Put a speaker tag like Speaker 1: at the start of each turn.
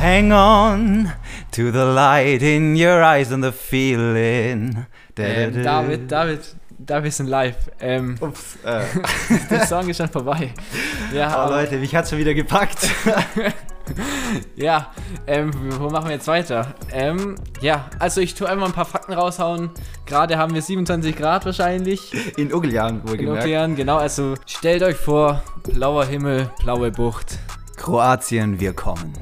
Speaker 1: Hang on to the light in your eyes and the feeling.
Speaker 2: Ähm, David, David, David ist in live. Ähm,
Speaker 1: Ups. Äh.
Speaker 2: der Song ist schon vorbei. Ja, ähm,
Speaker 1: Oh,
Speaker 2: aber-
Speaker 1: Leute, mich hat's schon wieder gepackt.
Speaker 2: ja ähm, wo machen wir jetzt weiter? Ähm, ja, also ich tue einmal ein paar Fakten raushauen. Gerade haben wir 27 Grad wahrscheinlich.
Speaker 1: In Ugljan
Speaker 2: In
Speaker 1: wohlgemerkt.
Speaker 2: Okean, genau. Also stellt euch vor, blauer Himmel, blaue Bucht.
Speaker 1: Kroatien, wir kommen.